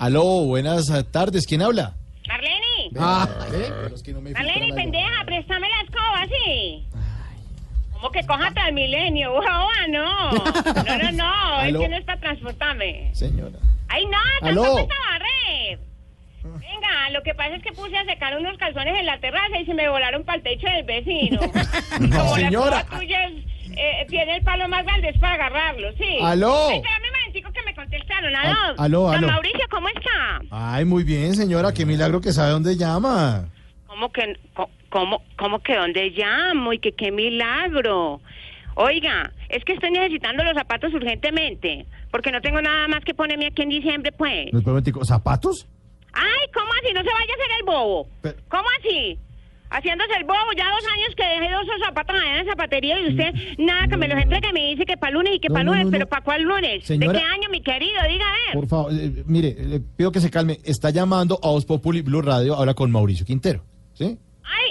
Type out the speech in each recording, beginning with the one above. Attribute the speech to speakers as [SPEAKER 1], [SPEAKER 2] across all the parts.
[SPEAKER 1] Aló, buenas eh, tardes. ¿Quién habla?
[SPEAKER 2] Marlene,
[SPEAKER 1] Ah, ¿eh? Pero es que no me
[SPEAKER 2] Marlene,
[SPEAKER 1] filtran algo.
[SPEAKER 2] pendeja, préstame la escoba, sí. ¿Cómo que coja Transmilenio? Boba, no. No, no, no, es
[SPEAKER 1] Aló.
[SPEAKER 2] que no es para transportarme.
[SPEAKER 1] Señora.
[SPEAKER 2] Ay, no,
[SPEAKER 1] Aló.
[SPEAKER 2] tampoco es para barrer. Venga, lo que pasa es que puse a secar unos calzones en la terraza y se me volaron para el techo del vecino. Y
[SPEAKER 1] No,
[SPEAKER 2] como la
[SPEAKER 1] señora.
[SPEAKER 2] escoba tuya es, eh, tiene el palo más grande, es para agarrarlo, sí.
[SPEAKER 1] Aló.
[SPEAKER 2] Ay, espérame un momentico que me contestaron,
[SPEAKER 1] Al-
[SPEAKER 2] aló.
[SPEAKER 1] aló,
[SPEAKER 2] Don
[SPEAKER 1] aló.
[SPEAKER 2] Mauricio, ¿cómo está?
[SPEAKER 1] Ay, muy bien, señora. Qué milagro que sabe dónde llama.
[SPEAKER 2] ¿Cómo que, co- cómo, cómo que dónde llamo? Y que qué milagro. Oiga, es que estoy necesitando los zapatos urgentemente, porque no tengo nada más que ponerme aquí en diciembre, pues.
[SPEAKER 1] No, espera un momentico, ¿Zapatos?
[SPEAKER 2] Ay, ¿cómo así? No se vaya a hacer el bobo.
[SPEAKER 1] Pero-
[SPEAKER 2] ¿Cómo así? Haciéndose el bobo, ya dos años que dejé dos zapatos allá en la zapatería y usted nada, que me los entregue, me dice que para lunes y que
[SPEAKER 1] Mm. No,
[SPEAKER 2] para
[SPEAKER 1] no,
[SPEAKER 2] lunes,
[SPEAKER 1] no, no.
[SPEAKER 2] pero ¿para cuál lunes?
[SPEAKER 1] Señora-
[SPEAKER 2] ¿De qué año, mi querido? Diga, a ver.
[SPEAKER 1] Por favor, eh, mire, le pido que se calme. Está llamando a Os Populi Blue Radio ahora con Mauricio Quintero. ¿Sí?
[SPEAKER 2] Ay,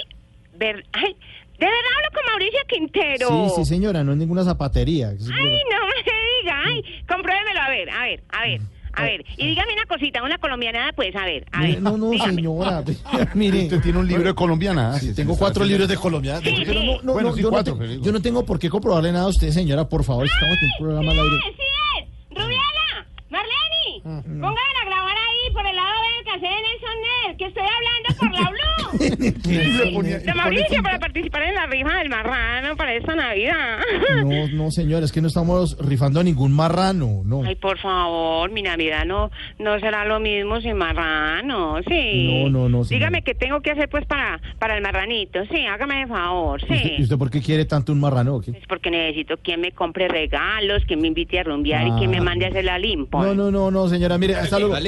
[SPEAKER 2] ver- ay, ¿de verdad hablo con Mauricio Quintero?
[SPEAKER 1] Sí, sí, señora. No es ninguna zapatería. Es-
[SPEAKER 2] Ay, no me diga, ay, compruébemelo, a ver, a ver, a ver, a ver. Y dígame una cosita, una colombianada, pues, a ver, a
[SPEAKER 1] Mire,
[SPEAKER 2] ver.
[SPEAKER 1] Ah, no, no,
[SPEAKER 2] dígame.
[SPEAKER 1] señora. Mire.
[SPEAKER 3] Usted tiene un libro de colombiana. Ah,
[SPEAKER 1] Sí, tengo cuatro libros de Colombia.
[SPEAKER 2] Sí,
[SPEAKER 1] Pero
[SPEAKER 2] sí.
[SPEAKER 1] no, no,
[SPEAKER 3] Bueno,
[SPEAKER 1] no,
[SPEAKER 3] sí,
[SPEAKER 1] yo,
[SPEAKER 3] cuatro,
[SPEAKER 1] no
[SPEAKER 3] pero
[SPEAKER 1] tengo, yo
[SPEAKER 3] digo.
[SPEAKER 1] no tengo por qué comprobarle nada a usted, señora. Por favor, estamos en un programa al aire. Ah,
[SPEAKER 2] Sí es, sí es, Rubiela, Marlene, pongan a grabar ahí por el lado del casé en el Soner, que estoy hablando por la Blue. De Mauricio para participar en la rifa del marrano para esta Navidad.
[SPEAKER 1] No, no, señora, es que no estamos rifando a ningún marrano, no.
[SPEAKER 2] Ay, por favor, mi Navidad no, no será lo mismo sin marrano, sí.
[SPEAKER 1] No, no, no, señora.
[SPEAKER 2] Dígame qué tengo que hacer, pues, para, para el marranito, sí, hágame el favor, sí.
[SPEAKER 1] ¿Y usted, y usted por qué quiere tanto un marrano? o qué?
[SPEAKER 2] Es porque necesito quien me compre regalos, quien me invite a rumbear
[SPEAKER 1] Ah.
[SPEAKER 2] y quien me mande a hacer la limpo.
[SPEAKER 1] No, no, no, no, señora, mire, hasta luego. La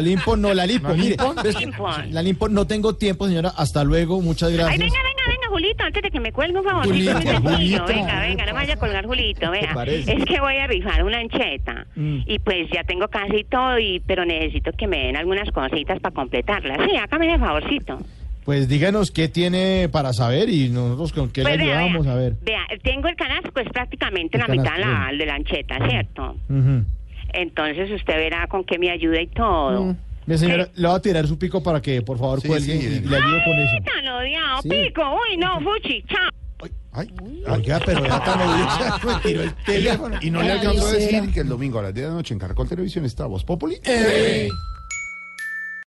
[SPEAKER 1] limpo, no, la limpo, mire. ¿ves?
[SPEAKER 2] Limpon.
[SPEAKER 1] La limpo, no tengo tiempo, señora, hasta luego, muchas
[SPEAKER 2] Ay,
[SPEAKER 1] gracias.
[SPEAKER 2] venga, venga, venga, Julito, antes de que me cuelgue un favor.
[SPEAKER 1] Julito, Julito.
[SPEAKER 2] Venga, venga, no me vaya a colgar, Julito, vea.
[SPEAKER 1] parece? Mm.
[SPEAKER 2] Es que voy a rifar una ancheta. Y pues ya tengo casi todo, y, pero necesito que me den algunas cositas para completarla. Sí, hágame el favorcito.
[SPEAKER 1] Pues díganos qué tiene para saber y nosotros con qué
[SPEAKER 2] Pues
[SPEAKER 1] le
[SPEAKER 2] vea,
[SPEAKER 1] ayudamos,
[SPEAKER 2] vea,
[SPEAKER 1] a ver.
[SPEAKER 2] Vea, tengo el canasco, es prácticamente
[SPEAKER 1] El
[SPEAKER 2] la mitad de
[SPEAKER 1] canasco,
[SPEAKER 2] la, de la ancheta, ¿cierto?
[SPEAKER 1] Ujú.
[SPEAKER 2] Entonces usted verá con qué me ayuda y todo.
[SPEAKER 1] Mire, señora, le voy a tirar su pico para que, por favor,
[SPEAKER 3] Sí,
[SPEAKER 1] cuelgue
[SPEAKER 3] sí,
[SPEAKER 1] y
[SPEAKER 3] eh.
[SPEAKER 1] le ayudo con eso.
[SPEAKER 2] Ay, tan odiado,
[SPEAKER 1] Sí.
[SPEAKER 2] pico. Uy, no, Fuchi, chao.
[SPEAKER 3] Ay,
[SPEAKER 1] Oiga, pero ya tan odiosa, me tiró el teléfono.
[SPEAKER 3] Eh, Y no le alcanzó a decir que el domingo a las 10 de la noche en Caracol Televisión está Voz Populi.